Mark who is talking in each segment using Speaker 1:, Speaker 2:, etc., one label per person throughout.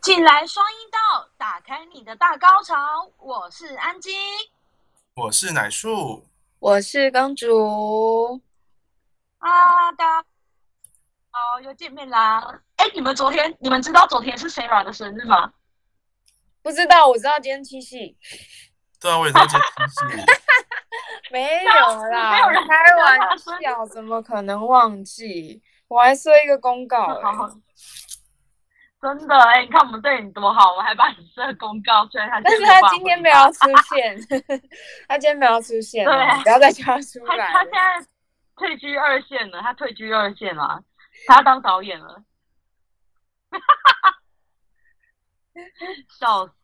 Speaker 1: 进来双音道，打开你的大高潮。我是安吉，
Speaker 2: 我是奶树，
Speaker 3: 我是公主。
Speaker 1: 啊，大家好，又见面啦！哎，你们昨天，你们知道昨天是 Sarah 的生日吗？
Speaker 3: 不知道，我知道今天七夕，
Speaker 2: 对啊，我也在这听戏。
Speaker 3: 没有啦，
Speaker 1: 没有人
Speaker 3: 开 玩笑，怎么可能忘记？我还设一个公告、欸，
Speaker 1: 好好，真的哎、你看我们对你多好，我们还帮你设公告，虽然他
Speaker 3: 但是他今天没有出现， 他今天没有出现哦，
Speaker 1: 对
Speaker 3: 不要再叫他出
Speaker 1: 他
Speaker 3: 来
Speaker 1: 他
Speaker 3: 了
Speaker 1: 现。在退居二线了，他退居二线了，他要当导演了，笑死！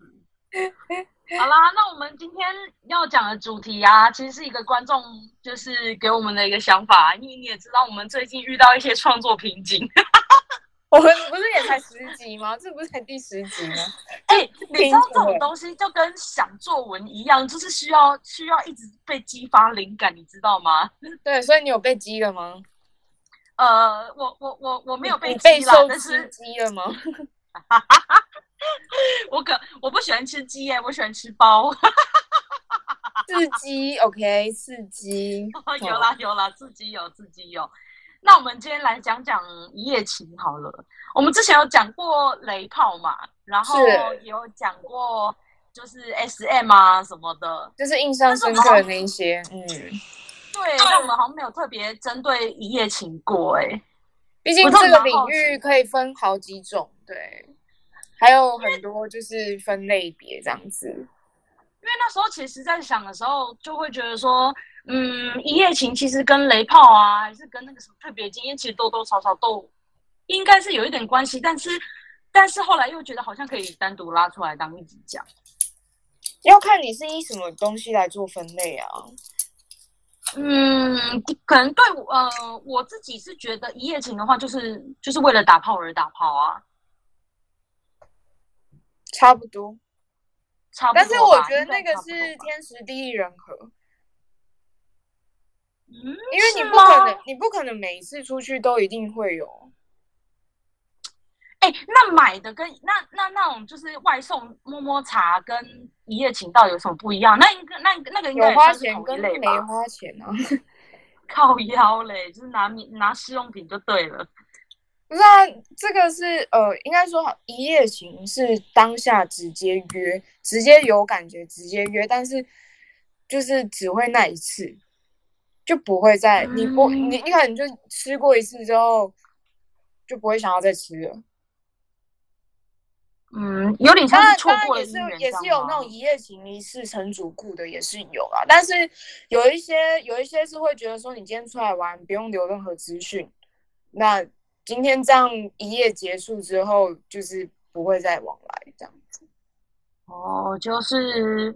Speaker 1: 好啦，那我们今天要讲的主题啊，其实是一个观众就是给我们的一个想法，啊因为你也知道我们最近遇到一些创作瓶颈。
Speaker 3: 我们不是也才十集吗？这不是才第十集吗？
Speaker 1: 哎、 你知道
Speaker 3: 瓶
Speaker 1: 这
Speaker 3: 颈欸
Speaker 1: 种东西就跟想作文一样，就是需要需要一直被激发灵感，你知道吗？
Speaker 3: 对，所以你有被激了吗？
Speaker 1: 呃，我我我我没有被
Speaker 3: 你备
Speaker 1: 激啦，
Speaker 3: 受
Speaker 1: 但是
Speaker 3: 刺激了吗？
Speaker 1: 我可我不喜欢吃鸡耶、我喜欢吃包。。
Speaker 3: 刺 激，OK，刺激
Speaker 1: 有啦有啦，自己有自己有。那我们今天来讲讲一夜情好了。我们之前有讲过雷炮嘛，然后
Speaker 3: 是
Speaker 1: 也有讲过就是 SM 啊什么的。
Speaker 3: 就是印象深刻的那一些，嗯，
Speaker 1: 对，但我们好像没有特别针对一夜情过哎、
Speaker 3: 毕竟这个领域可以分好几种，对，还有很多就是分类别这样子，
Speaker 1: 因为那时候其实，在想的时候，就会觉得说，嗯，一夜情其实跟雷炮啊，还是跟那个什么特别经验，其实多多少少都应该是有一点关系。但是，但是后来又觉得好像可以单独拉出来当一集讲。
Speaker 3: 要看你是以什么东西来做分类啊。
Speaker 1: 嗯，可能对我呃我自己是觉得一夜情的话，就是就是为了打炮而打炮啊，
Speaker 3: 差不多，
Speaker 1: 差不多吧。
Speaker 3: 但是我觉得那
Speaker 1: 应该
Speaker 3: 个
Speaker 1: 差不多吧
Speaker 3: 是天时地利人和，
Speaker 1: 嗯，
Speaker 3: 因为你
Speaker 1: 是
Speaker 3: 不可
Speaker 1: 吗
Speaker 3: 能，你不可能每一次出去都一定会有。
Speaker 1: 哎、那买的跟那那那种就是外送摸摸茶跟一夜情到底有什么不一样？那应该那那个应该
Speaker 3: 有
Speaker 1: 也
Speaker 3: 花
Speaker 1: 算是
Speaker 3: 钱
Speaker 1: 同
Speaker 3: 跟
Speaker 1: 一类
Speaker 3: 没
Speaker 1: 吧？
Speaker 3: 花钱啊，
Speaker 1: 靠腰嘞，就是拿米拿试用品就对了。
Speaker 3: 不是啊，这个是呃，应该说一夜情是当下直接约，直接有感觉直接约，但是就是只会那一次，就不会再你不
Speaker 1: 嗯
Speaker 3: 你你可能就吃过一次之后就不会想要再吃了。
Speaker 1: 嗯，有点像
Speaker 3: 当然，
Speaker 1: 错
Speaker 3: 当然
Speaker 1: 过了
Speaker 3: 也
Speaker 1: 姻
Speaker 3: 是
Speaker 1: 缘，
Speaker 3: 也
Speaker 1: 这
Speaker 3: 是
Speaker 1: 样
Speaker 3: 有那
Speaker 1: 吗
Speaker 3: 种一夜情一世成主顾的，也是有啊。但是有一些有一些是会觉得说，你今天出来玩不用留任何资讯，那今天这样一夜结束之后，就是不会再往来这样。
Speaker 1: 哦，就是
Speaker 3: 就是、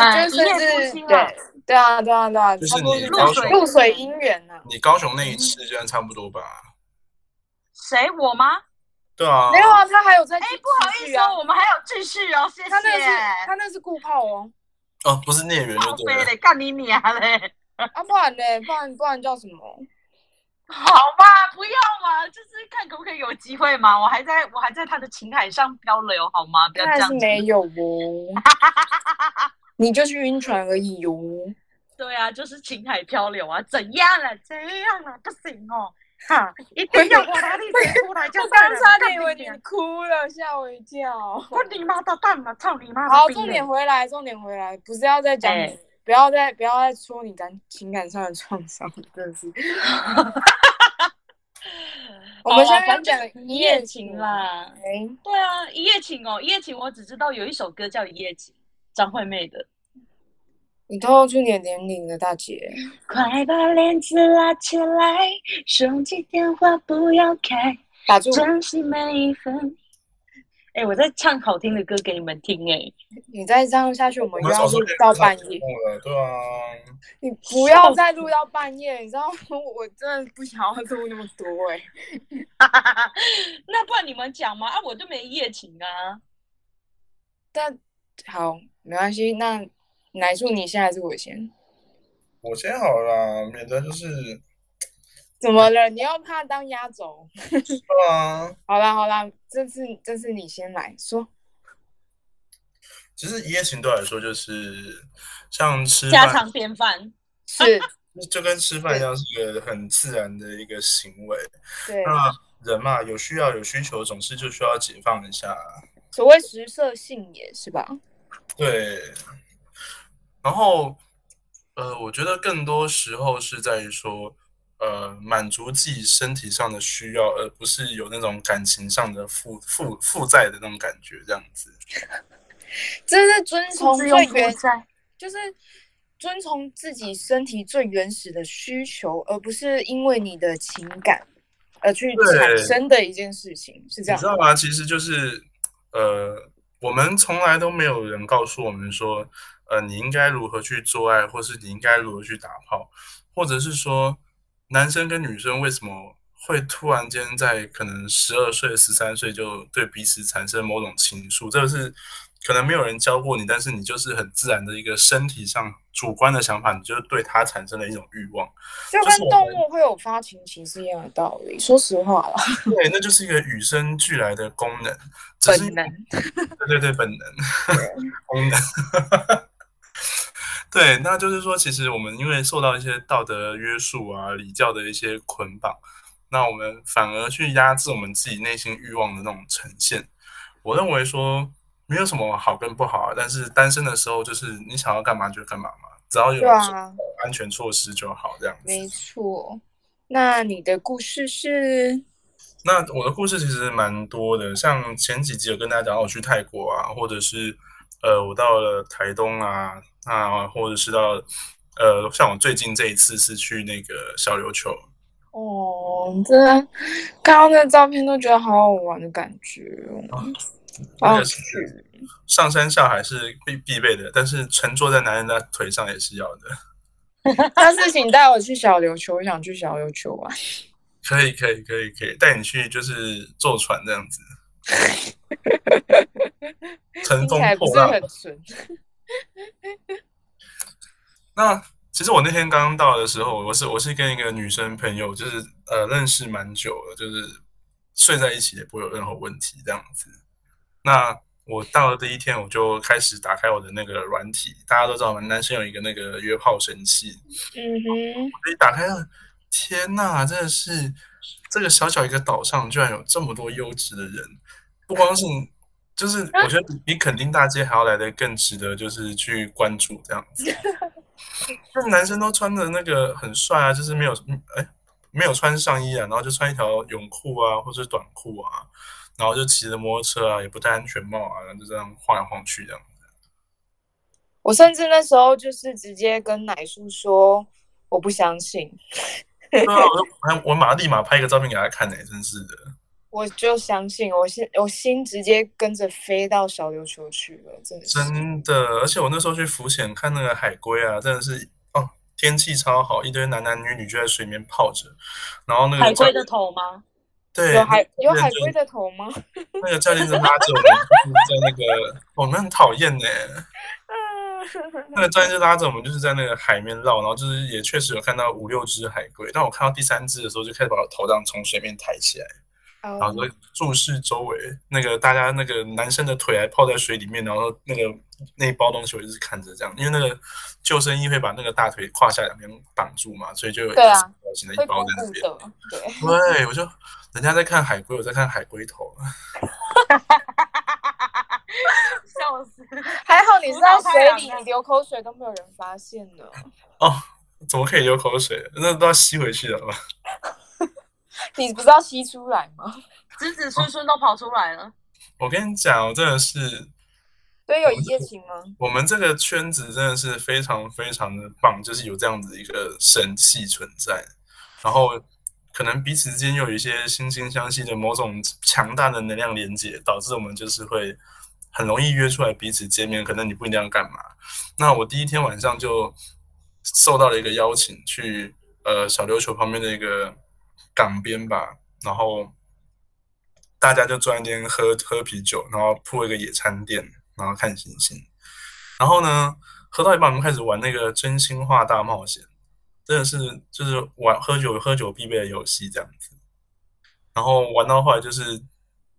Speaker 1: 哎
Speaker 3: 就是甚
Speaker 1: 一夜
Speaker 3: 至
Speaker 1: 夫妻啦
Speaker 3: 对对啊对啊对啊，
Speaker 2: 就是
Speaker 3: 差不多
Speaker 2: 你
Speaker 3: 是
Speaker 1: 高手
Speaker 3: 露水姻缘啊呐、
Speaker 2: 你高雄那一次就算差不多吧？
Speaker 1: 谁我吗？
Speaker 2: 对啊，
Speaker 3: 没有啊，他还有在
Speaker 1: 哎、
Speaker 3: 继
Speaker 1: 不好
Speaker 3: 继
Speaker 1: 意
Speaker 3: 续
Speaker 1: 思
Speaker 3: 啊
Speaker 1: 哦，，我们还有继续哦，谢谢。
Speaker 3: 他那是他那是固炮哦，
Speaker 2: 哦，不是孽缘
Speaker 1: 靠
Speaker 2: 就
Speaker 1: 背
Speaker 2: 对了。
Speaker 1: 嘞，干你娘嘞！
Speaker 3: 啊不然呢，不然不然叫什么？
Speaker 1: 好吧，不要嘛，就是看可不可以有机会嘛。我还在我还在他的情海上漂流，好吗？不要
Speaker 3: 当
Speaker 1: 这
Speaker 3: 然
Speaker 1: 样
Speaker 3: 是
Speaker 1: 子。
Speaker 3: 没有哦， 你就是晕船而已哟、哦。
Speaker 1: 对啊，就是情海漂流啊，怎样了？怎样了？不行哦，哈， 一定要我来，你出来 就
Speaker 3: 我
Speaker 1: 对
Speaker 3: 刚
Speaker 1: 了。
Speaker 3: 差点以为
Speaker 1: 干
Speaker 3: 你
Speaker 1: 你娘
Speaker 3: 哭了，吓我一跳。
Speaker 1: 滚你妈的蛋了，操你妈的！
Speaker 3: 好，重点。回来，重点回来，不是要再讲你，
Speaker 1: 哎
Speaker 3: 不要再不要再说你感情感上的创伤，真 的是。我们现在要讲
Speaker 1: 啊一夜情。啦。
Speaker 3: 哎，
Speaker 1: 对啊，一夜情哦，一夜情，我只知道有一首歌叫《一夜情》，张惠妹的。
Speaker 3: 你透露出你的年龄了，大姐。
Speaker 1: 快把帘子拉起来，手机电话不要开，
Speaker 3: 打住！
Speaker 1: 珍惜每一分。哎、我在唱好听的歌给你们听、哎。
Speaker 3: 你再这样下去，我
Speaker 2: 我
Speaker 3: 们又
Speaker 2: 们
Speaker 3: 要
Speaker 2: 早上
Speaker 3: 录到半夜。
Speaker 2: 了，对啊，
Speaker 3: 你不要再录到半夜，你知道吗？ 我真的不想要录那么多哎、
Speaker 1: 那不然你们讲嘛？啊，我就没一夜情啊。
Speaker 3: 但好，没关系。那奶树你先还是我先？
Speaker 2: 我先好了啦，免得就是
Speaker 3: 怎么了？你又怕当压轴？
Speaker 2: 对啊，
Speaker 3: 好啦好啦，这次这次你先来说。
Speaker 2: 其实一夜情对我来说就是像吃
Speaker 1: 家
Speaker 2: 饭，
Speaker 1: 常便饭。
Speaker 3: 是，
Speaker 2: 就跟吃饭一样，是一个很自然的一个行为。
Speaker 3: 对，
Speaker 2: 那人嘛，有需要有需求，总是就需要解放一下。
Speaker 3: 所谓食色性也是吧？
Speaker 2: 对，然后呃，我觉得更多时候是在于说，呃，满足自己身体上的需要，而不是有那种感情上的负负负债的那种感觉，这样子。
Speaker 3: 这是遵从
Speaker 1: 自
Speaker 3: 最
Speaker 1: 用
Speaker 3: 原
Speaker 1: 负债，
Speaker 3: 就是遵从自己身体最原始的需求，而不是因为你的情感而去
Speaker 2: 对
Speaker 3: 产生的一件事情，是这
Speaker 2: 你
Speaker 3: 样
Speaker 2: 知。道吗？其实就是，呃，我们从来都没有人告诉我们说，呃，你应该如何去做爱，或是你应该如何去打炮，或者是说，男生跟女生为什么会突然间在可能十二岁、十三岁就对彼此产生某种情愫，这个是可能没有人教过你，但是你就是很自然的一个身体上主观的想法，你就是对他产生了一种欲望。
Speaker 3: 就
Speaker 2: 就是
Speaker 3: 跟
Speaker 2: 我
Speaker 3: 动
Speaker 2: 们
Speaker 3: 物会有发情期是一样的道理。说实话啦，
Speaker 2: 对，那就是一个与生俱来的功能，只是
Speaker 3: 本能。
Speaker 2: 对对对，本能， 功能。对，那就是说，其实我们因为受到一些道德约束啊、礼教的一些捆绑，那我们反而去压制我们自己内心欲望的那种呈现。我认为说没有什么好跟不好啊，但是单身的时候就是你想要干嘛就干嘛嘛，只要有
Speaker 3: 对啊，
Speaker 2: 安全措施就好，这样子。
Speaker 3: 没错。那你的故事是？
Speaker 2: 那我的故事其实蛮多的，像前几集有跟大家讲到我去泰国啊，或者是呃我到了台东啊，那或者是到呃像我最近这一次是去那个小琉球，
Speaker 3: 哦，真的看到那照片都觉得好好玩的感觉哦，好
Speaker 2: 啊那
Speaker 3: 有
Speaker 2: 个
Speaker 3: 趣
Speaker 2: 是。上山下海是必必备的，但是乘坐在男人的腿上也是要的。
Speaker 3: 下次请带我去小琉球，我想去小琉球玩。
Speaker 2: 可以可以可以可以，带你去就是坐船这 样子，乘
Speaker 3: 听起
Speaker 2: 风
Speaker 3: 来不
Speaker 2: 破
Speaker 3: 是
Speaker 2: 浪。
Speaker 3: 很纯，
Speaker 2: 那其实我那天刚到的时候，我是我是跟一个女生朋友，就是呃认识蛮久了，就是睡在一起也不会有任何问题这样子。那我到了第一天，我就开始打开我的那个软体，大家都知道，我们男生有一个那个约炮神器，
Speaker 3: 嗯哼，
Speaker 2: 我一打开，天呐，真的是这个小小一个岛上，居然有这么多优质的人，不光是就是我觉得比比垦丁大街还要来的更值得，就是去关注这样子。那男生都穿的那个很帅啊，就是没有嗯哎没有穿上衣啊，然后就穿一条泳裤啊或者短裤啊，然后就骑着摩托车啊，也不戴安全帽啊，然后就这样晃来晃去这样。
Speaker 3: 我甚至那时候就是直接跟奶叔说我不相信，
Speaker 2: 对啊，我就我马上立马拍一个照片给他看哎、真是的。
Speaker 3: 我就相信，我心我心直接跟着飞到小琉球去了，真的是。
Speaker 2: 真的，而且我那时候去浮潜看那个海龟啊，真的是哦，天气超好，一堆男男女女就在水里面泡着，然后那个
Speaker 1: 海龟
Speaker 2: 教
Speaker 1: 的头吗？
Speaker 2: 对
Speaker 3: 有海有
Speaker 2: 那个教
Speaker 3: 海
Speaker 2: 练就
Speaker 3: 龟的头 吗？
Speaker 2: 那个教练就拉着我们就是在那个，哦我们很讨厌呢。那个教练就拉着我们就是在那个海面绕，然后就是也确实有看到五六只海龟，但我看到第三只的时候就开始把我头这样从水面抬起来，
Speaker 3: 嗯
Speaker 2: 然后就注视周围，那个大家那个男生的腿还泡在水里面，然后那个那一包东西我一直看着这样，因为那个救生衣会把那个大腿胯下两边绑住嘛，所以就有一个
Speaker 3: 对啊
Speaker 2: 小型的
Speaker 3: 会
Speaker 2: 一包
Speaker 3: 鼓
Speaker 2: 在那
Speaker 3: 鼓
Speaker 2: 边。
Speaker 3: 的，对，
Speaker 2: 对，我就人家在看海龟，我在看海龟头。
Speaker 1: 笑死！
Speaker 3: 还好你是
Speaker 1: 不到
Speaker 3: 在
Speaker 1: 太
Speaker 3: 水
Speaker 1: 阳
Speaker 3: 里，
Speaker 1: 的
Speaker 3: 你流口水都没有人发现 呢。
Speaker 2: 哦，怎么可以流口水？那都要吸回去了吧？
Speaker 3: 你不是要吸出来吗？
Speaker 1: 子子孙孙都跑出来了，
Speaker 2: 我跟你讲，真的是
Speaker 3: 所以有一夜情吗？
Speaker 2: 我们这个圈子真的是非常非常的棒，就是有这样子一个神器存在，然后可能彼此之间又有一些惺惺相惜的某种强大的能量连接，导致我们就是会很容易约出来彼此见面，可能你不一定要干嘛。那我第一天晚上就受到了一个邀请去呃小琉球旁边的一个港边吧，然后大家就坐在那边喝喝啤酒，然后铺一个野餐垫，然后看星星。然后呢，喝到一半我们开始玩那个真心话大冒险，真的是就是玩喝酒喝酒必备的游戏这样子。然后玩到后来就是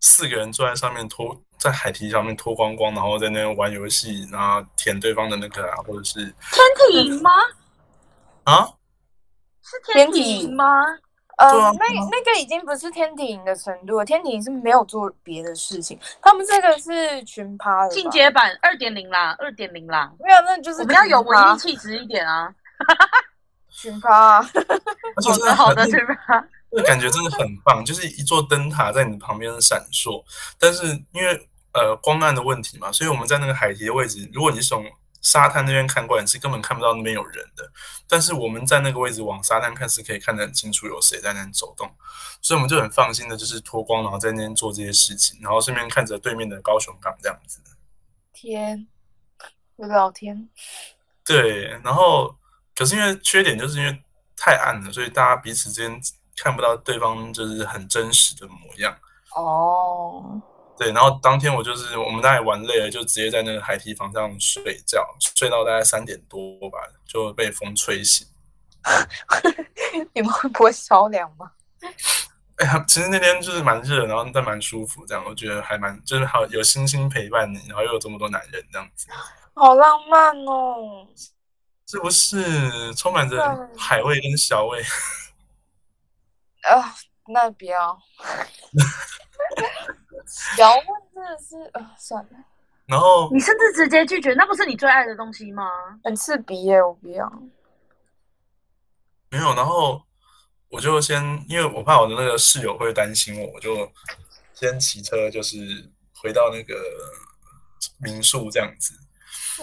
Speaker 2: 四个人坐在上面脱，在海堤上面脱光光，然后在那边玩游戏，然后舔对方的那个啊，或者是
Speaker 1: 天体营吗？
Speaker 2: 啊，
Speaker 1: 是天体营吗？
Speaker 3: 呃，
Speaker 2: 对啊
Speaker 3: 那那个已经不是天体营的程度了，天体营是没有做别的事情，他们这个是群趴的吧
Speaker 1: 进阶版二点零啦，二点零啦，
Speaker 3: 没有，那就是
Speaker 1: 我们要有
Speaker 3: 群趴
Speaker 1: 文艺气质一点啊。
Speaker 3: 群趴啊，
Speaker 2: 而
Speaker 1: 好
Speaker 2: 且真的
Speaker 1: 的，好的，
Speaker 2: 很
Speaker 1: 对吧？
Speaker 2: 那感觉真的很棒，就是一座灯塔在你的旁边闪烁。但是因为呃光暗的问题嘛，所以我们在那个海堤的位置，如果你是从沙滩那边看过来，你是根本看不到那边有人的。但是我们在那个位置往沙滩看，是可以看得很清楚有谁在那边走动，所以我们就很放心的，就是脱光，然后在那边做这些事情，然后顺便看着对面的高雄港这样子。
Speaker 3: 天，我的老天，
Speaker 2: 对，然后可是因为缺点就是因为太暗了，所以大家彼此之间看不到对方就是很真实的模样。
Speaker 3: 哦，
Speaker 2: 对，然后当天我就是我们大概玩累了，就直接在那个海堤房上睡觉，睡到大概三点多吧，就被风吹醒。
Speaker 3: 你们会不会着凉吗？
Speaker 2: 哎呀，其实那天就是蛮热，然后但蛮舒服，这样我觉得还蛮就是还有有星星陪伴你，然后又有这么多男人这样子，
Speaker 3: 好浪漫哦，
Speaker 2: 是不是充满着
Speaker 3: 对
Speaker 2: 海味跟小味？
Speaker 3: 啊，那不要， 小问真的是，啊，算了，
Speaker 2: 然后
Speaker 1: 你甚至直接拒绝，那不是你最爱的东西吗？
Speaker 3: 很刺鼻耶，我不要，
Speaker 2: 没有，然后我就先，因为我怕我的那个室友会担心我，我就先骑车，就是回到那个民宿这样子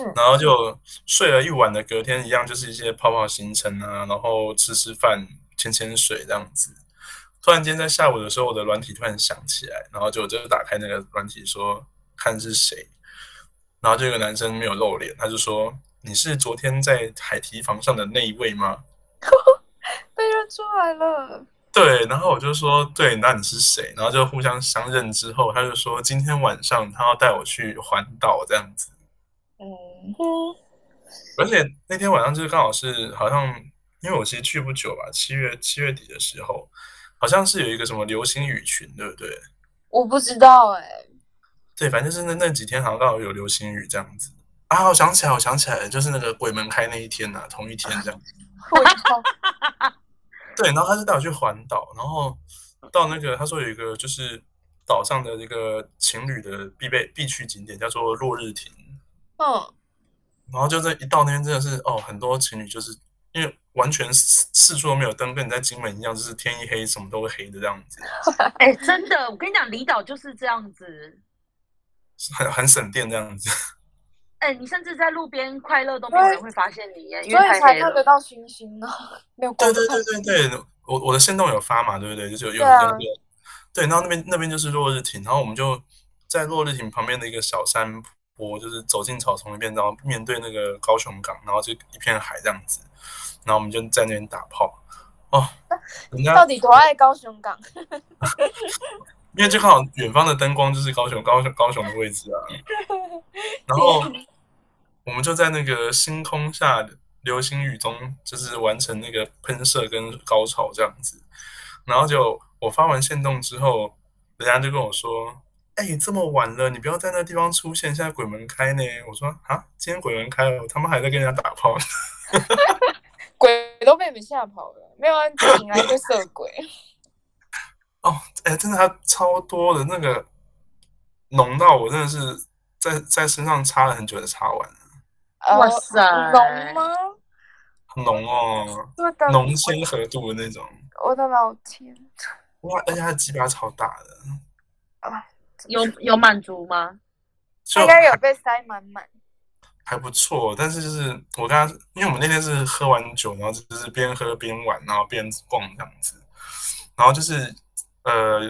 Speaker 3: 嗯，
Speaker 2: 然后就睡了一晚的，隔天一样就是一些泡泡行程啊，然后吃吃饭、潜潜水这样子。突然间在下午的时候，我的软体突然响起来，然后就就打开那个软体说看是谁，然后就有个男生没有露脸，他就说你是昨天在海堤房上的那一位吗？
Speaker 3: 被认出来了，
Speaker 2: 对，然后我就说，对，那你是谁？然后就互相相认之后，他就说今天晚上他要带我去环岛这样子，
Speaker 3: 嗯哼，
Speaker 2: 而且那天晚上就是刚好是好像，因为我其实去不久吧，七月七月底的时候，好像是有一个什么流行语群，对不对？
Speaker 3: 我不知道 哎，
Speaker 2: 对，反正就是那那几天好像刚好有流行语这样子啊，我想起来，我想起来了，就是那个鬼门开那一天呐、同一天这样。
Speaker 3: 我靠，
Speaker 2: 对，然后他就带我去环岛，然后到那个他说有一个就是岛上的一个情侣的必备必去景点叫做落日亭，
Speaker 3: 嗯，
Speaker 2: 然后就这一到那边真的是哦，很多情侣就是因为完全四四处都没有灯，跟你在金门一样，就是天一黑什么都会黑的这样子，
Speaker 1: 哎、真的，我跟你讲，离岛就是这样子。
Speaker 2: 很很省电这样子。
Speaker 1: 哎、你甚至在路边快乐都没有人会发现你耶，因
Speaker 3: 所
Speaker 1: 为
Speaker 3: 以
Speaker 1: 太
Speaker 3: 才
Speaker 1: 黑
Speaker 3: 看得
Speaker 1: 了。
Speaker 3: 到星星呢， 没有光
Speaker 2: 对对对对对，我我的线动有发嘛，对不对？就是有有
Speaker 3: 对啊
Speaker 2: 有那个，对，然后那边那边就是落日亭，然后我们就在落日亭旁边的一个小山坡，就是走进草丛里面，然后面对那个高雄港，然后就一片海这样子，然后我们就在那边打炮，哦，人
Speaker 3: 到
Speaker 2: 家
Speaker 3: 底多爱高雄港？
Speaker 2: 因为就看好远方的灯光就是高雄高雄高雄的位置啊，然后我们就在那个星空下、流星雨中，就是完成那个喷射跟高潮这样子。然后就我发完线动之后，人家就跟我说：“哎、这么晚了，你不要在那地方出现，现在鬼门开呢。”我说：“啊，今天鬼门开了，我他妈还在跟人家打炮。
Speaker 3: 鬼都被你们吓跑了，没有啊人引来就色鬼。
Speaker 2: 哎、真的，他超多的那个浓到我真的是在在身上擦了很久才擦完，
Speaker 3: 呃
Speaker 1: 哇塞
Speaker 3: 龙吗？
Speaker 2: 很浓哦，
Speaker 3: 我的
Speaker 2: 浓鲜合度的那种。
Speaker 3: 我的老天！
Speaker 2: 哇，而且他的鸡巴超大的，
Speaker 1: 有有满足吗？
Speaker 2: 哦就
Speaker 3: 应该有被塞满满。
Speaker 2: 还不错，但是就是我跟他，因为我们那天是喝完酒，然后就是边喝边玩，然后边逛这样子，然后就是呃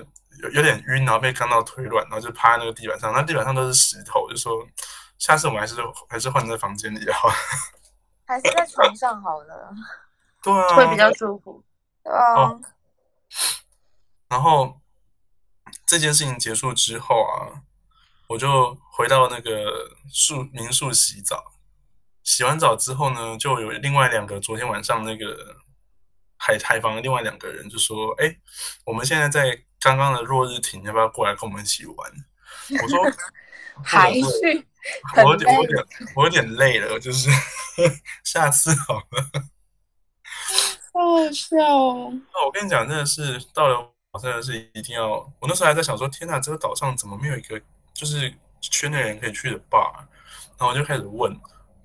Speaker 2: 有有点晕，然后被干到腿软，然后就趴在那个地板上，那地板上都是石头，就说下次我们还是还是换在房间里啊好了。
Speaker 3: 还是在床上好了。
Speaker 2: 对啊，
Speaker 1: 会比较舒服。
Speaker 3: 嗯，
Speaker 2: 然后这件事情结束之后啊，我就回到那个宿民宿洗澡。洗完澡之后呢，就有另外两个昨天晚上那个海海防的另外两个人就说：“哎、我们现在在刚刚的落日亭，要不要过来跟我们一起玩？”我 说
Speaker 3: 还
Speaker 2: 我
Speaker 3: 是
Speaker 2: 我有点，
Speaker 3: 很
Speaker 2: 我有点，我有点累了，就是 下次好了。
Speaker 3: 好笑哦。
Speaker 2: 那我跟你讲，真的是到了我真的是一定要，我那时候还在想说，天哪，这个岛上怎么没有一个就是圈内人可以去的 bar？然后我就开始问，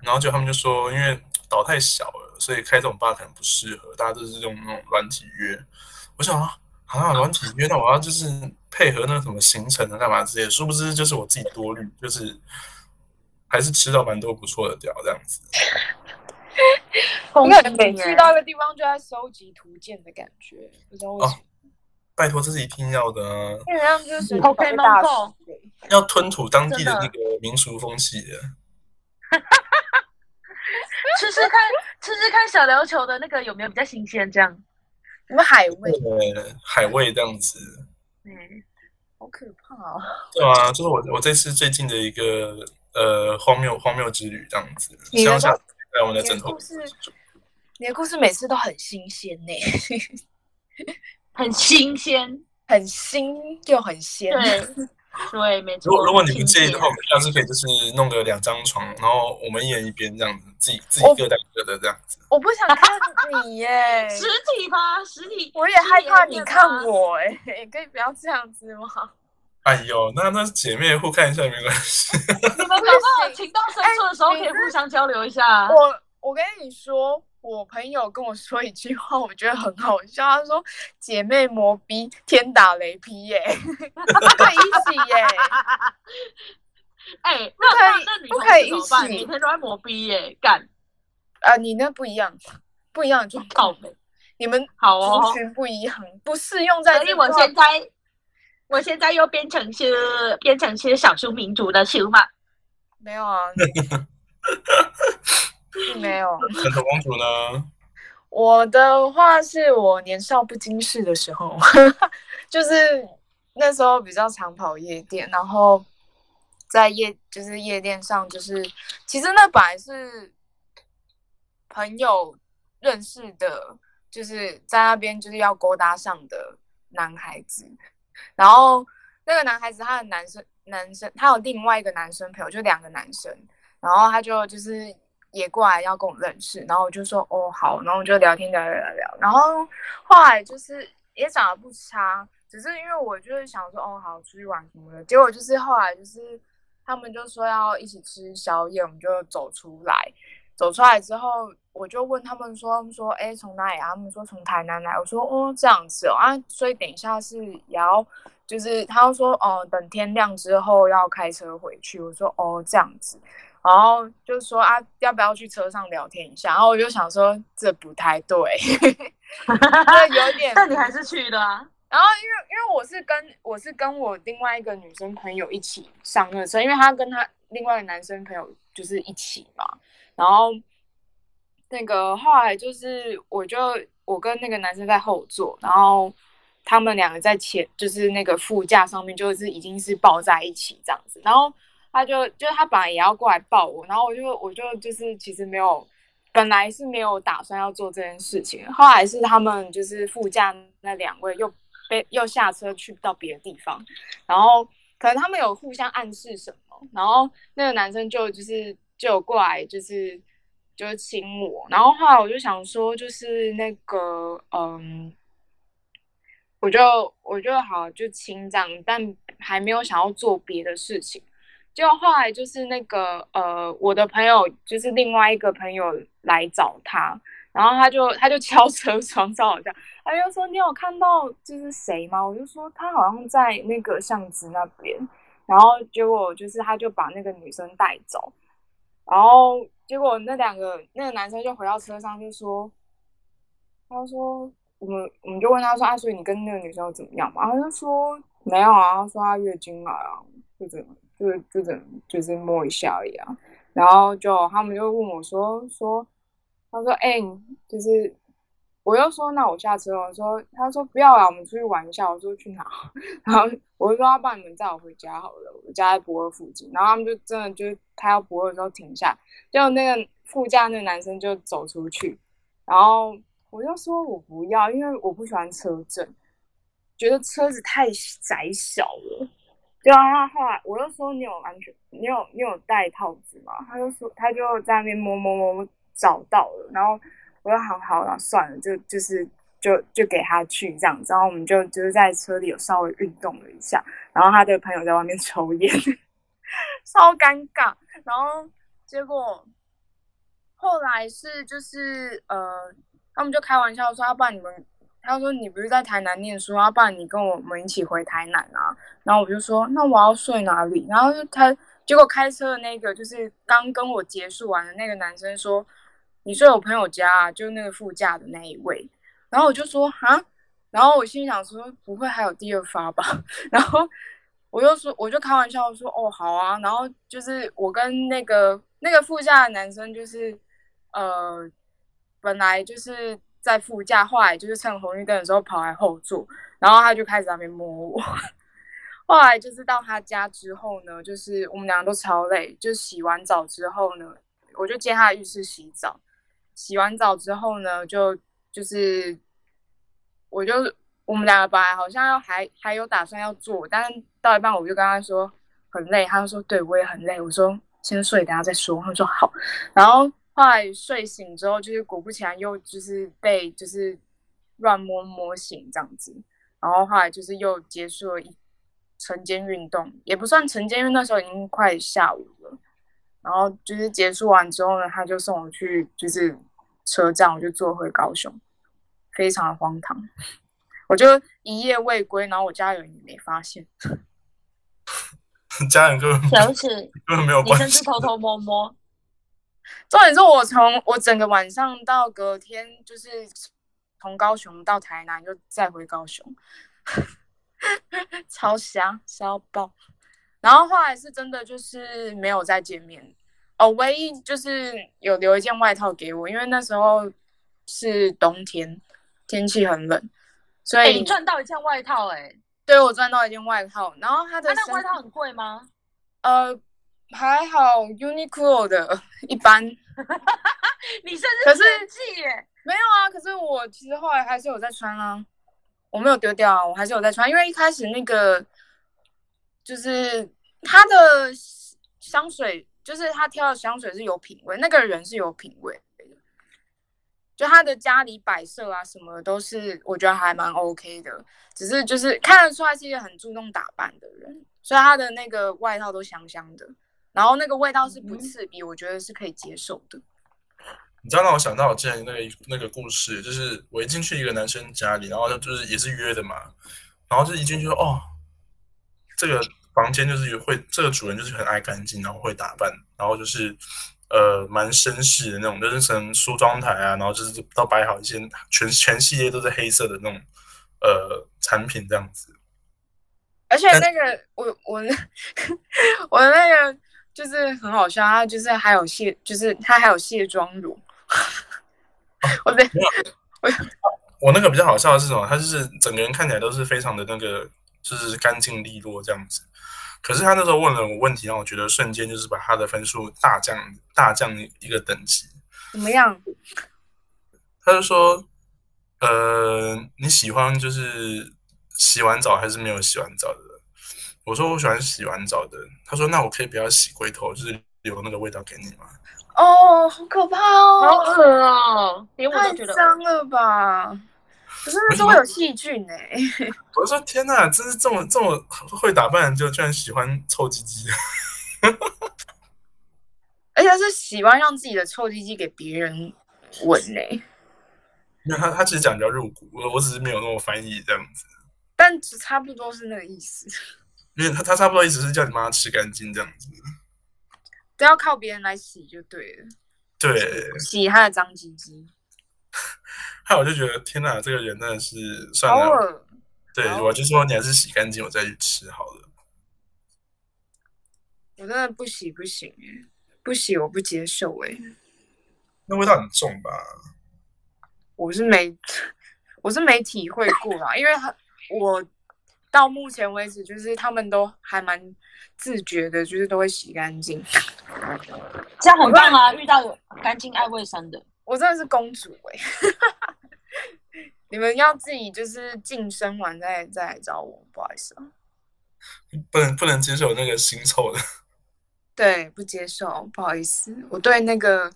Speaker 2: 然后就他们就说，因为岛太小了，所以开这种 bar 可能不适合，大家都是用那种软体约。我想啊，啊，软体约，那我要就是配合那个什么行程啊，干嘛之类的，殊不知就是我自己多虑，就是还是吃到蛮多不错的屌这样子。
Speaker 3: 我
Speaker 1: 疯
Speaker 3: 感觉每
Speaker 1: 癫
Speaker 3: 次
Speaker 1: 欸
Speaker 3: 到一个地方就在收集图鉴的感觉，不知道为什
Speaker 1: 哦
Speaker 3: 么。
Speaker 2: 拜托，这是一定要的啊！
Speaker 3: 基本上就是随
Speaker 1: 嗯 Pokemon
Speaker 3: 便大水
Speaker 1: Go
Speaker 2: 要吞吐当地的
Speaker 1: 真的
Speaker 2: 那个民俗风气的。
Speaker 1: 吃吃看，吃吃看小琉球的那个有没有比较新鲜？这样，
Speaker 3: 什么海味，
Speaker 2: 呃，海味这样子，
Speaker 1: 嗯，
Speaker 3: 好可怕哦！
Speaker 2: 对啊，就是我我这次最近的一个呃荒谬荒谬之旅这样子，
Speaker 3: 你
Speaker 2: 希
Speaker 3: 的
Speaker 2: 望下
Speaker 3: 故
Speaker 2: 次在我们的
Speaker 3: 你的
Speaker 2: 枕头
Speaker 3: 故事你的故事每次都很新鲜呢、
Speaker 1: 很新鲜。
Speaker 3: 很新又很鲜。
Speaker 1: 对，对，没错。
Speaker 2: 如果如果你不介意的话，我
Speaker 1: 清
Speaker 2: 们下次可以就是弄个两张床，然后我们一人一边这样子，自己自己
Speaker 3: 哦
Speaker 2: 各带各的这样子。
Speaker 3: 我不想看你 耶、
Speaker 1: 洁实体吧，实体。
Speaker 3: 我也害怕你看
Speaker 1: 我。
Speaker 3: 我哎、 可以不要这样子吗？
Speaker 2: 哎呦，那那姐妹互看一下没关系。
Speaker 1: 你们搞不好情到深处的时候
Speaker 3: 哎
Speaker 1: 可以互相交流一下。
Speaker 3: 我我跟你说，我朋友跟我说一句话，我觉得很好笑。他说：“姐妹磨逼，天打雷 劈耶、可以一起耶、
Speaker 1: 哎、那那那你
Speaker 3: 不可以
Speaker 1: 同事怎么办
Speaker 3: 不可以一
Speaker 1: 每
Speaker 3: 起
Speaker 1: 天都在磨逼耶、干
Speaker 3: 啊，你那不一样，不一样的状
Speaker 1: 靠
Speaker 3: 况，
Speaker 1: 北。
Speaker 3: 你们
Speaker 1: 好
Speaker 3: 族
Speaker 1: 哦，
Speaker 3: 群不一样，不适用在
Speaker 1: 所
Speaker 3: 这
Speaker 1: 以
Speaker 3: 句
Speaker 1: 我
Speaker 3: 话。
Speaker 1: 现在我现在又变成是变成是少数民族的球嘛。
Speaker 3: 没有啊， 并没有。
Speaker 2: 枕头公主呢？
Speaker 3: 我的话是我年少不经事的时候， 就是那时候比较常跑夜店，然后在夜就是夜店上，就是其实那本来是朋友认识的，就是在那边就是要勾搭上的男孩子，然后那个男孩子他的男生男生他有另外一个男生朋友，就两个男生，然后他就就是也过来要跟我认识，然后我就说哦好，然后我就聊天聊聊聊聊，然后后来就是也长得不差，只是因为我就是想说哦好出去玩什么的，结果就是后来就是他们就说要一起吃宵夜，我们就走出来，走出来之后我就问他们说，他们说哎从哪里啊？他们说从台南来，我说哦这样子哦啊，所以等一下是也要。就是他就说，哦，等天亮之后要开车回去。我说，哦，这样子。然后就说啊，要不要去车上聊天一下？然后我就想说，这不太对， 这有点。
Speaker 1: 但你还是去的啊。
Speaker 3: 然后因为因为我是跟我是跟我另外一个女生朋友一起上那个车，因为她跟她另外一个男生朋友就是一起嘛，然后那个后来就是我就我跟那个男生在后座，然后他们两个在前就是那个副驾上面就是已经是抱在一起这样子，然后他就就是他本来也要过来抱我，然后我就我就就是其实没有。本来是没有打算要做这件事情，后来是他们就是副驾那两位又被又下车去到别的地方，然后可能他们有互相暗示什么，然后那个男生就就是就有过来就是就是亲我，然后后来我就想说就是那个嗯，我就我就好就亲这样，但还没有想要做别的事情。结果后来就是那个呃，我的朋友就是另外一个朋友来找他，然后他就他就敲 车窗照我这样，他就说你有看到就是谁吗？我就说他好像在那个巷子那边，然后结果就是他就把那个女生带走，然后结果那两个那个男生就回到车上就说，他说我们我们就问他说啊，所以你跟那个女生又怎么样嘛？他就说没有啊，他说她月经来啊，就怎么就就怎么就是摸一下而已啊。然后就他们就问我说说，他说哎、你就是我又说那我下车了，我说他说不要啊，我们出去玩一下。我说去哪？ 然后我就说要不然你们载我回家好了，我家在博二附近。然后他们就真的就是开到博二之后停下，结果那个副驾那个男生就走出去，然后我就说我不要，因为我不喜欢车震，觉得车子太窄小了。对啊，他后来我就说你有安全，你有你有戴套子吗？他就说他就在那边摸摸摸摸找到了，然后我就好好了，算了，就就是就就给他去这样子，然后我们就就是在车里有稍微运动了一下，然后他的朋友在外面抽烟， 超尴尬，然后结果后来是就是呃，他们就开玩笑说，啊要、不然你们。他说：“你不是在台南念书，要、不然你跟我们一起回台南啊。”然后我就说：“那我要睡哪里？”然后就他结果开车的那个就是刚跟我结束完的那个男生说：“你睡我朋友家、啊，就那个副驾的那一位。”然后我就说：“啊。”然后我心里想说：“不会还有第二发吧？” 然后我就说：“我就开玩笑说：‘哦，好啊。’然后就是我跟那个那个副驾的男生就是呃，本来就是。”在副驾，后来就是趁红绿灯的时候跑来后座，然后他就开始在那边摸我。后来就是到他家之后呢，就是我们俩都超累，就洗完澡之后呢，我就接他的浴室洗澡。洗完澡之后呢，就就是我就我们两个本来好像要还还有打算要做，但是到一半我就跟他说很累，他就说对我也很累，我说先睡，等下再说。他说好，然后。后来睡醒之后，就是果不其然又就是被就是乱摸摸醒这样子，然后后来就是又结束了一晨间运动，也不算晨间，因为那时候已经快下午了。然后就是结束完之后呢，他就送我去就是车站，我就坐回高雄，非常的荒唐。 我就一夜未归，然后我家人也没发现。
Speaker 2: 家人根本
Speaker 1: 了解，
Speaker 2: 根本没有
Speaker 1: 啊你
Speaker 2: 关
Speaker 1: 甚
Speaker 2: 系
Speaker 1: 至。偷偷摸摸。
Speaker 3: 重点是我从我整个晚上到隔天，就是从高雄到台南，就再回高雄， 超瞎瞎爆。然后后来是真的就是没有再见面哦，唯一就是有留一件外套给我，因为那时候是冬天，天气很冷，所
Speaker 1: 哎、
Speaker 3: 以
Speaker 1: 你赚到一件外套、哎，
Speaker 3: 对我赚到一件外套。然后它的
Speaker 1: 那啊那
Speaker 3: 身
Speaker 1: 外套很贵吗？
Speaker 3: 呃还好 Uniqlo 的一般。
Speaker 1: 你甚
Speaker 3: 可
Speaker 1: 至
Speaker 3: 是
Speaker 1: 生气耶！
Speaker 3: 没有啊，可是我其实后来还是有在穿啊，我没有丢掉啊，我还是有在穿，因为一开始那个就是他的香水，就是他挑的香水是有品味，那个人是有品味的，就他的家里摆设啊什么的都是我觉得还蛮 OK 的，只是就是看得出来是一个很注重打扮的人，所以他的那个外套都香香的，然后那个味道是不
Speaker 1: 嗯哼
Speaker 3: 刺鼻，我觉得是可以接受的。
Speaker 2: 你知道让我想到我之前那个那个故事，就是我一进去一个男生家里，然后就是也是约的嘛，然后就一进去说哦，这个房间就是有会这个主人就是很爱干净，然后会打扮，然后就是呃蛮绅士的那种，就是从梳妆台啊，然后就是都摆好一些全全系列都是黑色的那种呃产品这样子，
Speaker 3: 而且那个我我我那个就是很好笑，他就是还有卸，就是他还有卸妆乳。 我的
Speaker 2: 我那个比较好笑的是什么？他就是嗯整个人看起来都是非常的那个，就是干净利落这样子。可是他那时候问了我问题，让我觉得瞬间就是把他的分数大降大降一个等级。
Speaker 3: 怎么样？
Speaker 2: 他就说：“呃，你喜欢就是洗完澡还是没有洗完澡的？”我说：“我喜欢洗完澡的。”他说：“那我可以不要洗龟头，就是留那个味道给你吗
Speaker 3: 哦，好可怕
Speaker 1: 好
Speaker 3: 哦！
Speaker 1: 恶哦、连我
Speaker 3: 太
Speaker 1: 都觉得恶
Speaker 3: 脏了吧？可是那是会有细菌哎、？”
Speaker 2: 我就说：“天哪，真是这么这么会打扮，就居然喜欢臭鸡鸡。”
Speaker 3: 而且是喜欢让自己的臭鸡鸡给别人闻哎、
Speaker 2: 那他他其实讲比较入骨，我我只是没有那么翻译这样子，
Speaker 3: 但差不多是那个意思。
Speaker 2: 因为他他差不多意思是叫你帮他吃干净这样子。
Speaker 3: 都要靠别人来洗就对了，
Speaker 2: 对，
Speaker 3: 洗他的脏鸡鸡，
Speaker 2: 还有我就觉得天哪，这个人真的是算
Speaker 3: 好
Speaker 2: 了，
Speaker 3: 恶。
Speaker 2: 对
Speaker 3: 好
Speaker 2: 我就说你还是洗干净我再去吃好了。
Speaker 3: 我真的不洗不行哎，不洗我不接受哎，
Speaker 2: 那味道很重吧？
Speaker 3: 我是没我是没体会过啦，因为他我到目前为止就是他们都还蛮自觉的，就是都会洗干净。
Speaker 1: 这样很棒啊！遇到有干净爱卫生的，
Speaker 3: 我真的是公主哎、欸 你们要自己就是晋升完再再来找我，不好意思啊。
Speaker 2: 不能不能接受那个腥臭的。
Speaker 3: 对，不接受，不好意思，我对那个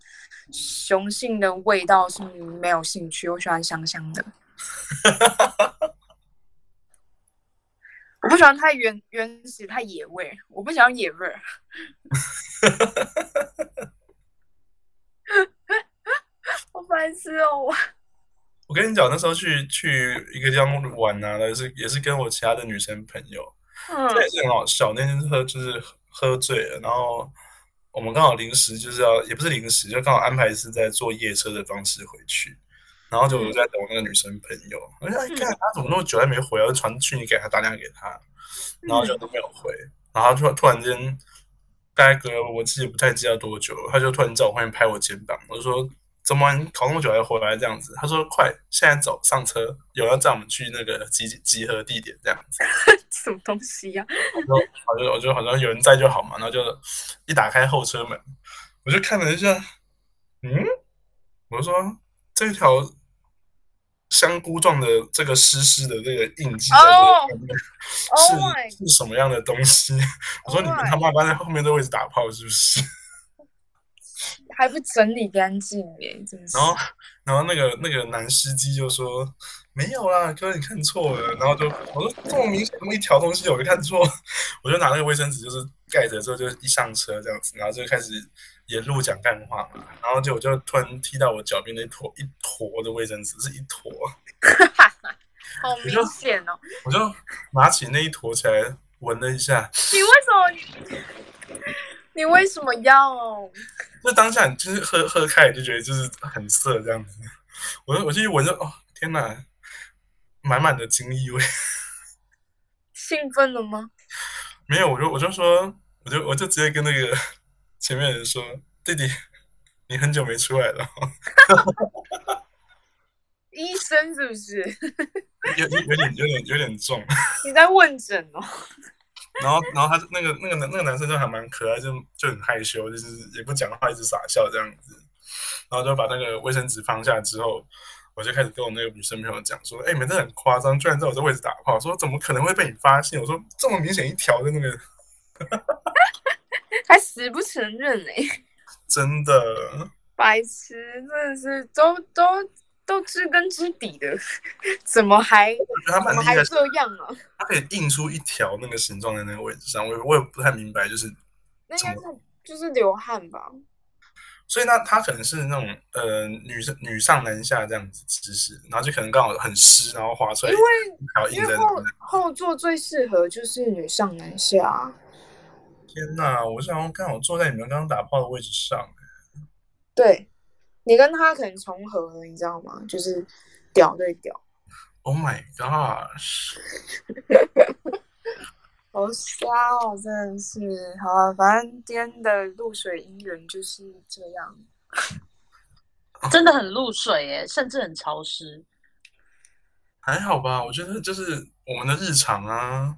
Speaker 3: 雄性的味道是没有兴趣，我喜欢香 香的。我不喜欢太原原始、太野味儿，我不喜欢野 味儿。好白痴哦！我
Speaker 2: 我跟你讲，那时候去去一个地方玩啊，也是也是跟我其他的女生朋友，
Speaker 3: 嗯
Speaker 2: 这也是很好笑。那天喝就是喝醉了，然后我们刚好临时就是要，也不是临时，就刚好安排是在坐夜车的方式回去。然后就我就在等我那个女生朋友，我就哎，看她怎么那么久还没回啊，我就传讯息给她，打电话给她，然后就都没有回。然后突然突然间，大概隔了我自己不太记得多久，他就突然在我后面拍我肩膀，我就说怎么搞那么久还回来这样子？他说快，现在走，上车，有人要载我们去那个集集合地点这样子。
Speaker 3: 什么东西呀、
Speaker 2: 然后我就我就好像有人在就好嘛，然后就一打开后车门，我就看了一下，嗯，我就说这条香菇状的这个湿湿的这个印记在
Speaker 3: 哦
Speaker 2: 这个上面
Speaker 3: o h？Oh my，Oh
Speaker 2: 是是什么样的东西？ 我说你们
Speaker 3: my
Speaker 2: 他妈刚在后面的位置打炮是不是？
Speaker 3: 还不整理干净耶，真是
Speaker 2: 然。后然后那个那个男司机就说没有啦，哥你看错了。然后就我说这么明显那么一条东西我没看错， 我就拿那个卫生纸就是盖着之后就一上车这样子，然后就开始沿路讲干话嘛。然后就我就突然踢到我脚边的一坨一坨的卫生纸，是一坨，
Speaker 3: 好
Speaker 2: 你就
Speaker 3: 明显哦！
Speaker 2: 我就拿起那一坨起来闻了一下，
Speaker 3: 你为什么你？你为什么要？
Speaker 2: 那当下你就是喝喝开，你就觉得就是很涩这样子。我就我就一闻就哦，天哪，满满的精液味。
Speaker 3: 兴奋了吗？
Speaker 2: 没有，我就我就说，我就我就直接跟那个前面的人说，弟弟，你很久没出来了，
Speaker 3: 医生是不是？
Speaker 2: 有有有点有点有点重。
Speaker 3: 你在问诊哦？
Speaker 2: 然后然后他就那个那个男那个男生就还蛮可爱，就就很害羞，就是也不讲话，一直傻笑这样子。然后就把那个卫生纸放下之后，我就开始跟我那个女生朋友讲说：“哎、你们这很夸张，居然在我这位置打炮，说怎么可能会被你发现？”我说：“这么明显一条的那个，
Speaker 3: 还死不承认哎、
Speaker 2: 真的。”
Speaker 3: 白痴，真的是都都都知根知底的， 怎么还
Speaker 2: 我觉得他
Speaker 3: 怎
Speaker 2: 蛮
Speaker 3: 么
Speaker 2: 厉害
Speaker 3: 还
Speaker 2: 的，
Speaker 3: 这样啊？
Speaker 2: 他可以印出一条那个形状在那个位置上，我也我也不太明白，就是
Speaker 3: 那应该是就是流汗吧？
Speaker 2: 所以那他可能是那种呃女生女上男下这样子姿势，然后就可能刚好很湿，然后滑出来，
Speaker 3: 因为
Speaker 2: 还有
Speaker 3: 因
Speaker 2: 印在那
Speaker 3: 为
Speaker 2: 边
Speaker 3: 后后座最适合就是女上男下啊、
Speaker 2: 天哪！我想刚好坐在你们刚刚打炮的位置上，
Speaker 3: 对你跟他可能重合了，你知道吗？就是屌对屌，
Speaker 2: Oh my gosh！
Speaker 3: 好瞎哦，真的是。好啊，反正今天的露水姻缘就是这样。
Speaker 1: 真的很露水耶，甚至很潮湿。
Speaker 2: 还好吧？我觉得就是我们的日常啊。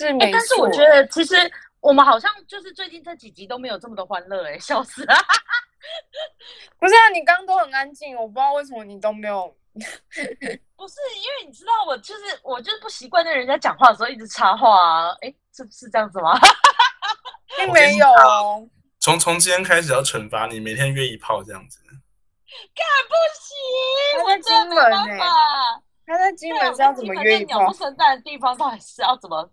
Speaker 3: 是
Speaker 1: 哎、
Speaker 3: 没错，
Speaker 1: 但是我觉得其实我们好像就是最近这几集都没有这么的欢乐哎，笑死了。
Speaker 3: 不是啊，你刚刚都很安静，我不知道为什么你都没有。
Speaker 1: 不是因为你知道我就是我就是不习惯跟人家讲话的时候一直插话啊，哎、是是这样子吗？
Speaker 3: 并没有哦，
Speaker 2: 从从今天开始要惩罚你，每天约一炮这样子。
Speaker 1: 不行，
Speaker 3: 他在
Speaker 1: 我真的没
Speaker 3: 金
Speaker 1: 办
Speaker 3: 门欸
Speaker 1: 法。
Speaker 3: 他在金门是要怎么约一
Speaker 1: 鸟
Speaker 3: 炮
Speaker 1: 不？生蛋的地方到底是要怎么？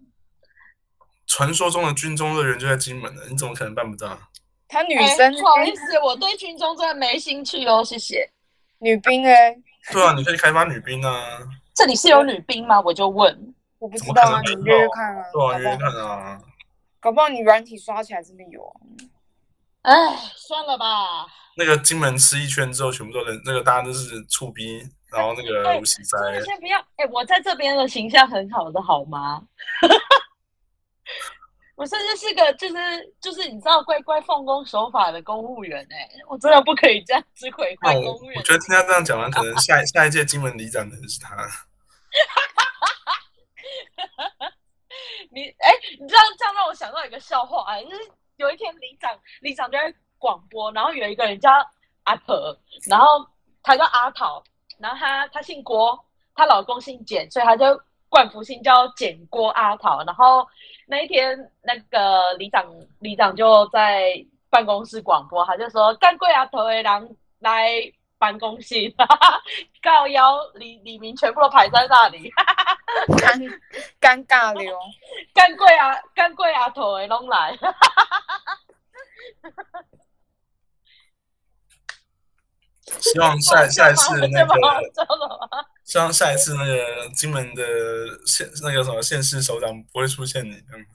Speaker 2: 传说中的军中乐园就在金门呢，你怎么可能办不到？
Speaker 3: 他女
Speaker 1: 哎
Speaker 3: 生、
Speaker 1: 不好意思，我对军中真的没兴趣哦，谢谢。
Speaker 3: 女兵哎、
Speaker 2: 对啊，你可以开发女兵啊，
Speaker 1: 这里是有女兵吗？我就问。
Speaker 3: 我不
Speaker 2: 怎
Speaker 3: 知
Speaker 2: 么
Speaker 3: 道
Speaker 2: 可能
Speaker 3: 啊，你
Speaker 2: 没
Speaker 3: 约
Speaker 2: 有
Speaker 3: 约看啊，
Speaker 2: 对
Speaker 3: 搞
Speaker 2: 啊，
Speaker 3: 不
Speaker 2: 约
Speaker 3: 好
Speaker 2: 看啊。
Speaker 3: 搞不好你软体刷起来真的有啊。
Speaker 1: 哎，算了吧，
Speaker 2: 那个金门吃一圈之后，全部都人，那个大家都是醋逼，然后那个
Speaker 1: 哎
Speaker 2: 无锡塞
Speaker 1: 真，的先不要。哎，我在这边的形象很好的，好吗？ 我甚至是个就是就是你知道乖乖奉公守法的公务员哎、我真的不可以这样子毁坏
Speaker 2: 那我
Speaker 1: 公务员
Speaker 2: 哦我。觉得听他这样讲完，可能下 下一届金门里长可能是他。
Speaker 1: 你哎、你这样这样让我想到一个笑话、哎，就是有一天里长里长就在广播，然后有一个人叫阿婆，然后他叫阿桃，然后他他姓郭，她老公姓简，所以她就冠服姓叫简郭阿桃。然后那一天，那个里长里长就在办公室广播，他就说干贵阿头的人来办公室，告邀李李明全部都排在那里，
Speaker 3: 尴尴尬流，
Speaker 1: 干贵阿干贵阿头的拢来。
Speaker 2: 希望下下一 次那个，
Speaker 1: 知道吗？
Speaker 2: 希望下一次那个金门的县那个什么县市首长不会出现你。嗯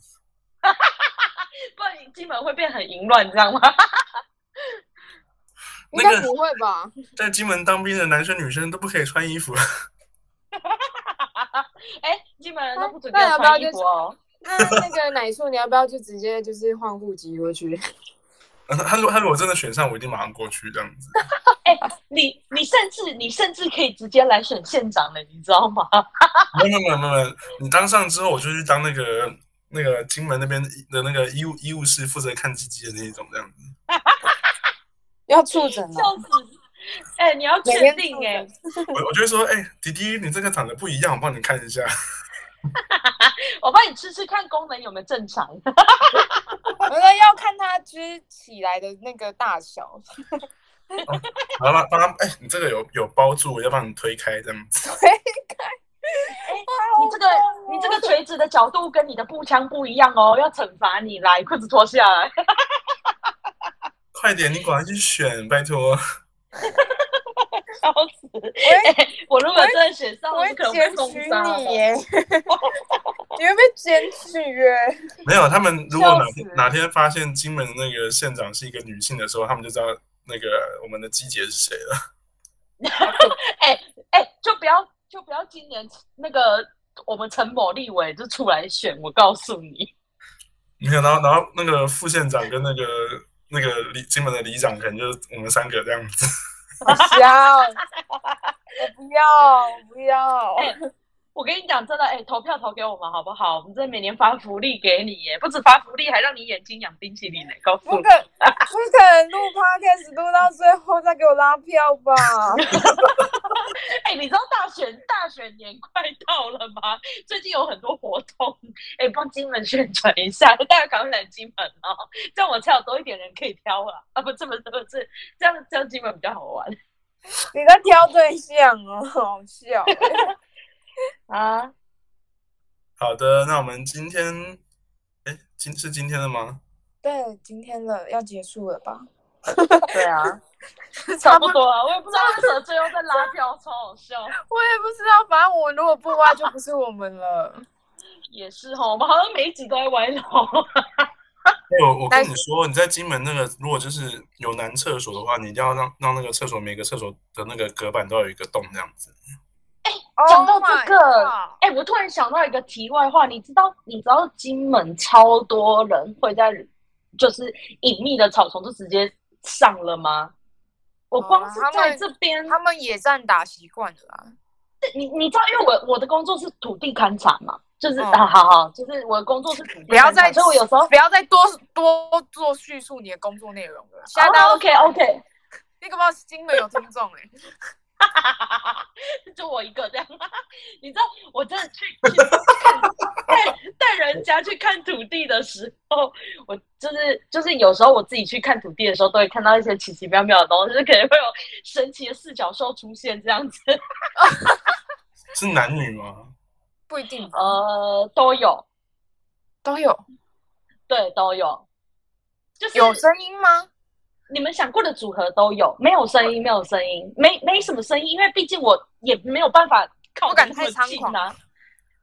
Speaker 1: 不然你金门会变很淫乱，你知道吗？
Speaker 3: 应
Speaker 2: 那
Speaker 3: 该
Speaker 2: 个
Speaker 3: 不会吧？
Speaker 2: 在金门当兵的男生女生都不可以穿衣服，
Speaker 1: 哎、金门人都不准给
Speaker 3: 那
Speaker 1: 我
Speaker 3: 要不要
Speaker 1: 穿
Speaker 3: 就
Speaker 1: 衣
Speaker 3: 是
Speaker 1: 服哦。
Speaker 3: 那那个奶树，你要不要就直接就是换户籍过去？
Speaker 2: 他如果他如果真的选上，我一定马上过去这样子。
Speaker 1: 你你甚至你甚至可以直接来选县长了，你知道吗？
Speaker 3: 哦
Speaker 2: 没有没有没有没有，你当上之后，我就去当那个那个金门那边的那个医务医务室，负责看鸡鸡的那一种这样子。
Speaker 3: 要触诊
Speaker 1: 就
Speaker 3: 了，
Speaker 1: 是，哎、你要
Speaker 3: 每
Speaker 1: 确
Speaker 3: 天
Speaker 1: 定
Speaker 3: 触
Speaker 1: 哎、
Speaker 3: 诊
Speaker 2: 我我就会说，哎、弟弟，你这个长得不一样，我帮你看一下。
Speaker 1: 哎我帮你吃吃看功能有没有正 常。
Speaker 3: 哎我觉得要看它支起来的那个大 小，
Speaker 2: 然后帮帮他，哎、你这个有有包住，我要帮你推开这样子。
Speaker 1: 你这个你这个锤子的角度跟你的步枪不一样哦，要惩罚你来，裤子脱下来。
Speaker 2: 快点，你赶快去选，拜托。
Speaker 1: 笑死！
Speaker 3: 我
Speaker 1: 哎我如果真的选上，
Speaker 3: 我
Speaker 1: 我
Speaker 3: 会
Speaker 1: 就可能
Speaker 3: 检
Speaker 1: 被封
Speaker 3: 举
Speaker 1: 杀了
Speaker 3: 你耶， 你会被检举耶。
Speaker 2: 没有，他们如果哪
Speaker 1: 笑死
Speaker 2: 天哪天发现金门的那个县长是一个女性的时候，他们就知道那个我们的鸡姐是谁了。
Speaker 1: 哎、就不要就不要今年那个我们陈某立委就出来选，我告诉你，
Speaker 2: 没有，然后然后那个副县长跟那个那个里金门的里长，可能就是我们三个这样子。
Speaker 3: 不要，我不要，我不要。
Speaker 1: 哎我跟你讲真的，哎、投票投给我们好不好？我们这每年发福利给你耶，不止发福利，还让你眼睛养冰淇淋呢，告诉
Speaker 3: 不可
Speaker 1: 你。
Speaker 3: 不可能录 podcast 录到最后再给我拉票 吧？
Speaker 1: 哎、你知道大选大选年快到了吗？最近有很多活动，哎、帮金门宣传一下，大家赶快来金门哦，这样我才有多一点人可以挑啊！啊，不，这不是不是，这样这样金门比较好玩
Speaker 3: 你在挑对象哦，好笑。
Speaker 1: 啊。
Speaker 2: 好的，那我们今天，哎，今是今天的吗？
Speaker 3: 对，今天的要结束了 吧？
Speaker 1: 对啊，差不多啊，我也不知道为什么最后在拉票， 超好笑。
Speaker 3: 我也不知道，反正我如果不挖就不是我们了。
Speaker 1: 也是哈，我们好像每一集都在歪楼。
Speaker 2: 我我跟
Speaker 3: 但
Speaker 2: 你说，你在金门那个，如果就是有男厕所的话，你一定要让让那个厕所每个厕所的那个隔板都要有一个洞这样子。
Speaker 1: 讲到这个
Speaker 3: Oh my god，
Speaker 1: 哎、我突然想到一个题外话，你知道，你知道金门超多人会在就是隐秘的草丛就直接上了吗？我光是
Speaker 3: 哦他
Speaker 1: 在
Speaker 3: 们
Speaker 1: 这边，
Speaker 3: 他们野战打习惯了啦。
Speaker 1: 你你知道，因为我我的工作是土地勘察嘛，就是、
Speaker 3: 嗯
Speaker 1: 啊，好好，就是我的工作是土地勘察，
Speaker 3: 不要再
Speaker 1: 所以我有时候
Speaker 3: 不要再多多做叙述你的工作内容了。现在大家都
Speaker 1: OK OK，
Speaker 3: 那个不知道金门有听众 哎、
Speaker 1: 就我一个这样。 你知道，我真的去去看带带人家去看土地的时候，我就是就是有时候我自己去看土地的时候，都会看到一些奇奇妙妙的东西，就可能会有神奇的四角兽出现这样子。
Speaker 2: 是男女吗？
Speaker 3: 不一定吧，
Speaker 1: 呃，都有，
Speaker 3: 都有
Speaker 1: 对，都有。就是
Speaker 3: 有声音吗？
Speaker 1: 你们想过的组合都有，没有声音，没有声音，没没什么声音，因为毕竟我也没有办法靠
Speaker 3: 不敢
Speaker 1: 你这么
Speaker 3: 太猖
Speaker 1: 近
Speaker 3: 狂
Speaker 1: 啊。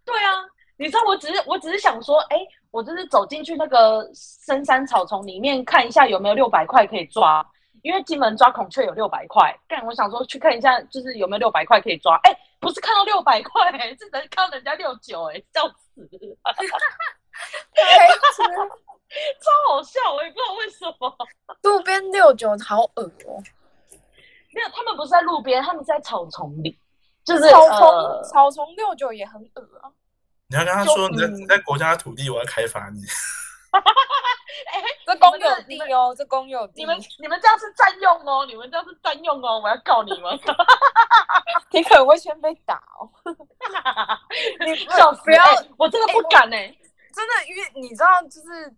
Speaker 1: 对啊，你知道，我只是我只是想说，哎、我就是走进去那个深山草丛里面看一下有没有六百块可以抓，因为金门抓孔雀有六百块，但我想说去看一下，就是有没有六百块可以抓。哎、不是看到六百块、 哎是能看到人家六九，哎，笑死，
Speaker 3: 对
Speaker 1: 超好笑，我也不知道为什么。
Speaker 3: 路边六九好恶哦、
Speaker 1: 没有，他们不是在路边，他们是在草丛里，就是
Speaker 3: 草
Speaker 1: 呃
Speaker 3: 丛草丛六九也很恶啊。
Speaker 2: 你要跟他
Speaker 1: 就
Speaker 2: 说你在
Speaker 1: 嗯
Speaker 2: 你在国家土地，我要开罚你。
Speaker 1: 哎、
Speaker 3: 这公有地哦，这公有地，
Speaker 1: 你们你们这样是占用哦，你们这样是占用哦，我要告你们！
Speaker 3: 你可能会先被打哦。 你
Speaker 1: 笑死！
Speaker 3: 不要
Speaker 1: 哎我真的不敢哎、
Speaker 3: 真的，因为你知道，就是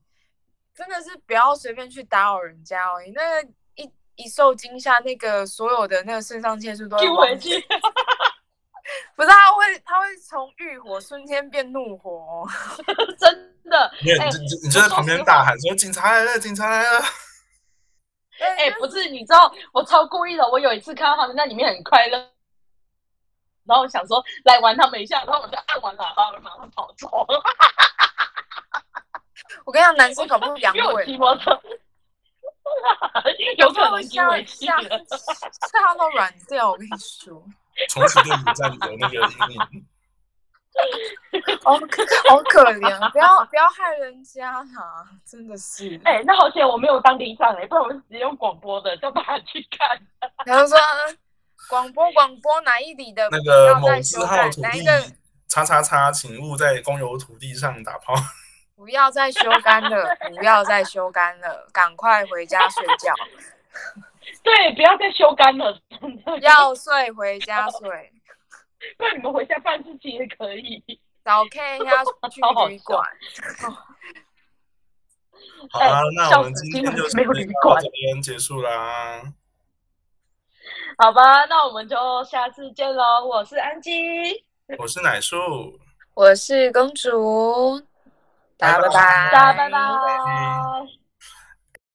Speaker 3: 真的是不要随便去打扰人家哦。你那个一一受惊吓，那个所有的那个肾上腺素都会
Speaker 1: 丢回去。
Speaker 3: 不是他会，他会从欲火瞬间变怒火哦、
Speaker 1: 真的，
Speaker 2: 没有，
Speaker 1: 哎
Speaker 2: 你就你就你就在旁边大喊说：“警察来了，警察来了
Speaker 1: 哎、不是，你知道我超故意的。我有一次看到他们在里面很快乐，然后我想说来玩他们一下，然后我就按完喇叭，我马上跑走，
Speaker 3: 我跟你讲，男生搞不好 阳
Speaker 1: 因为我
Speaker 3: 痿
Speaker 1: 骑，摩托车，有可能因
Speaker 3: 吓
Speaker 1: 为气
Speaker 3: 吓
Speaker 1: 了。
Speaker 3: 吓到软掉。我跟你说，！”
Speaker 2: 从此对你战有那个阴影。
Speaker 3: 好可好可 怜，不要不要害人家啦，真的是。
Speaker 1: 哎、那好险我没有当地上哎、不然我就直接用广播的叫大家去看。
Speaker 3: 然后说嗯广播广播哪一里的
Speaker 2: 那个
Speaker 3: 不要
Speaker 2: 某
Speaker 3: 再
Speaker 2: 字
Speaker 3: 修
Speaker 2: 号
Speaker 3: 改，
Speaker 2: 土
Speaker 3: 哪
Speaker 2: 地
Speaker 3: 一个
Speaker 2: 叉叉叉，请勿在公有土地上打炮。
Speaker 3: 不要再修干 了，不要再修干了，赶快回家睡觉，
Speaker 1: 对，不要再修干了，真 的。
Speaker 3: 要睡回家睡，
Speaker 1: 不然你们回家办事情也可以。
Speaker 3: 早看一下去旅馆。
Speaker 2: 好啦，那我们
Speaker 1: 笑死
Speaker 2: 今
Speaker 1: 今
Speaker 2: 天
Speaker 1: 晚
Speaker 2: 就是
Speaker 1: 没有旅
Speaker 2: 到
Speaker 1: 馆
Speaker 2: 这边结束啦。
Speaker 1: 好吧，那我们就下次见喽。我是安吉，
Speaker 2: 我是奶树，
Speaker 3: 我是公主，大家拜
Speaker 2: 拜拜
Speaker 1: 大家拜拜。
Speaker 2: 嗯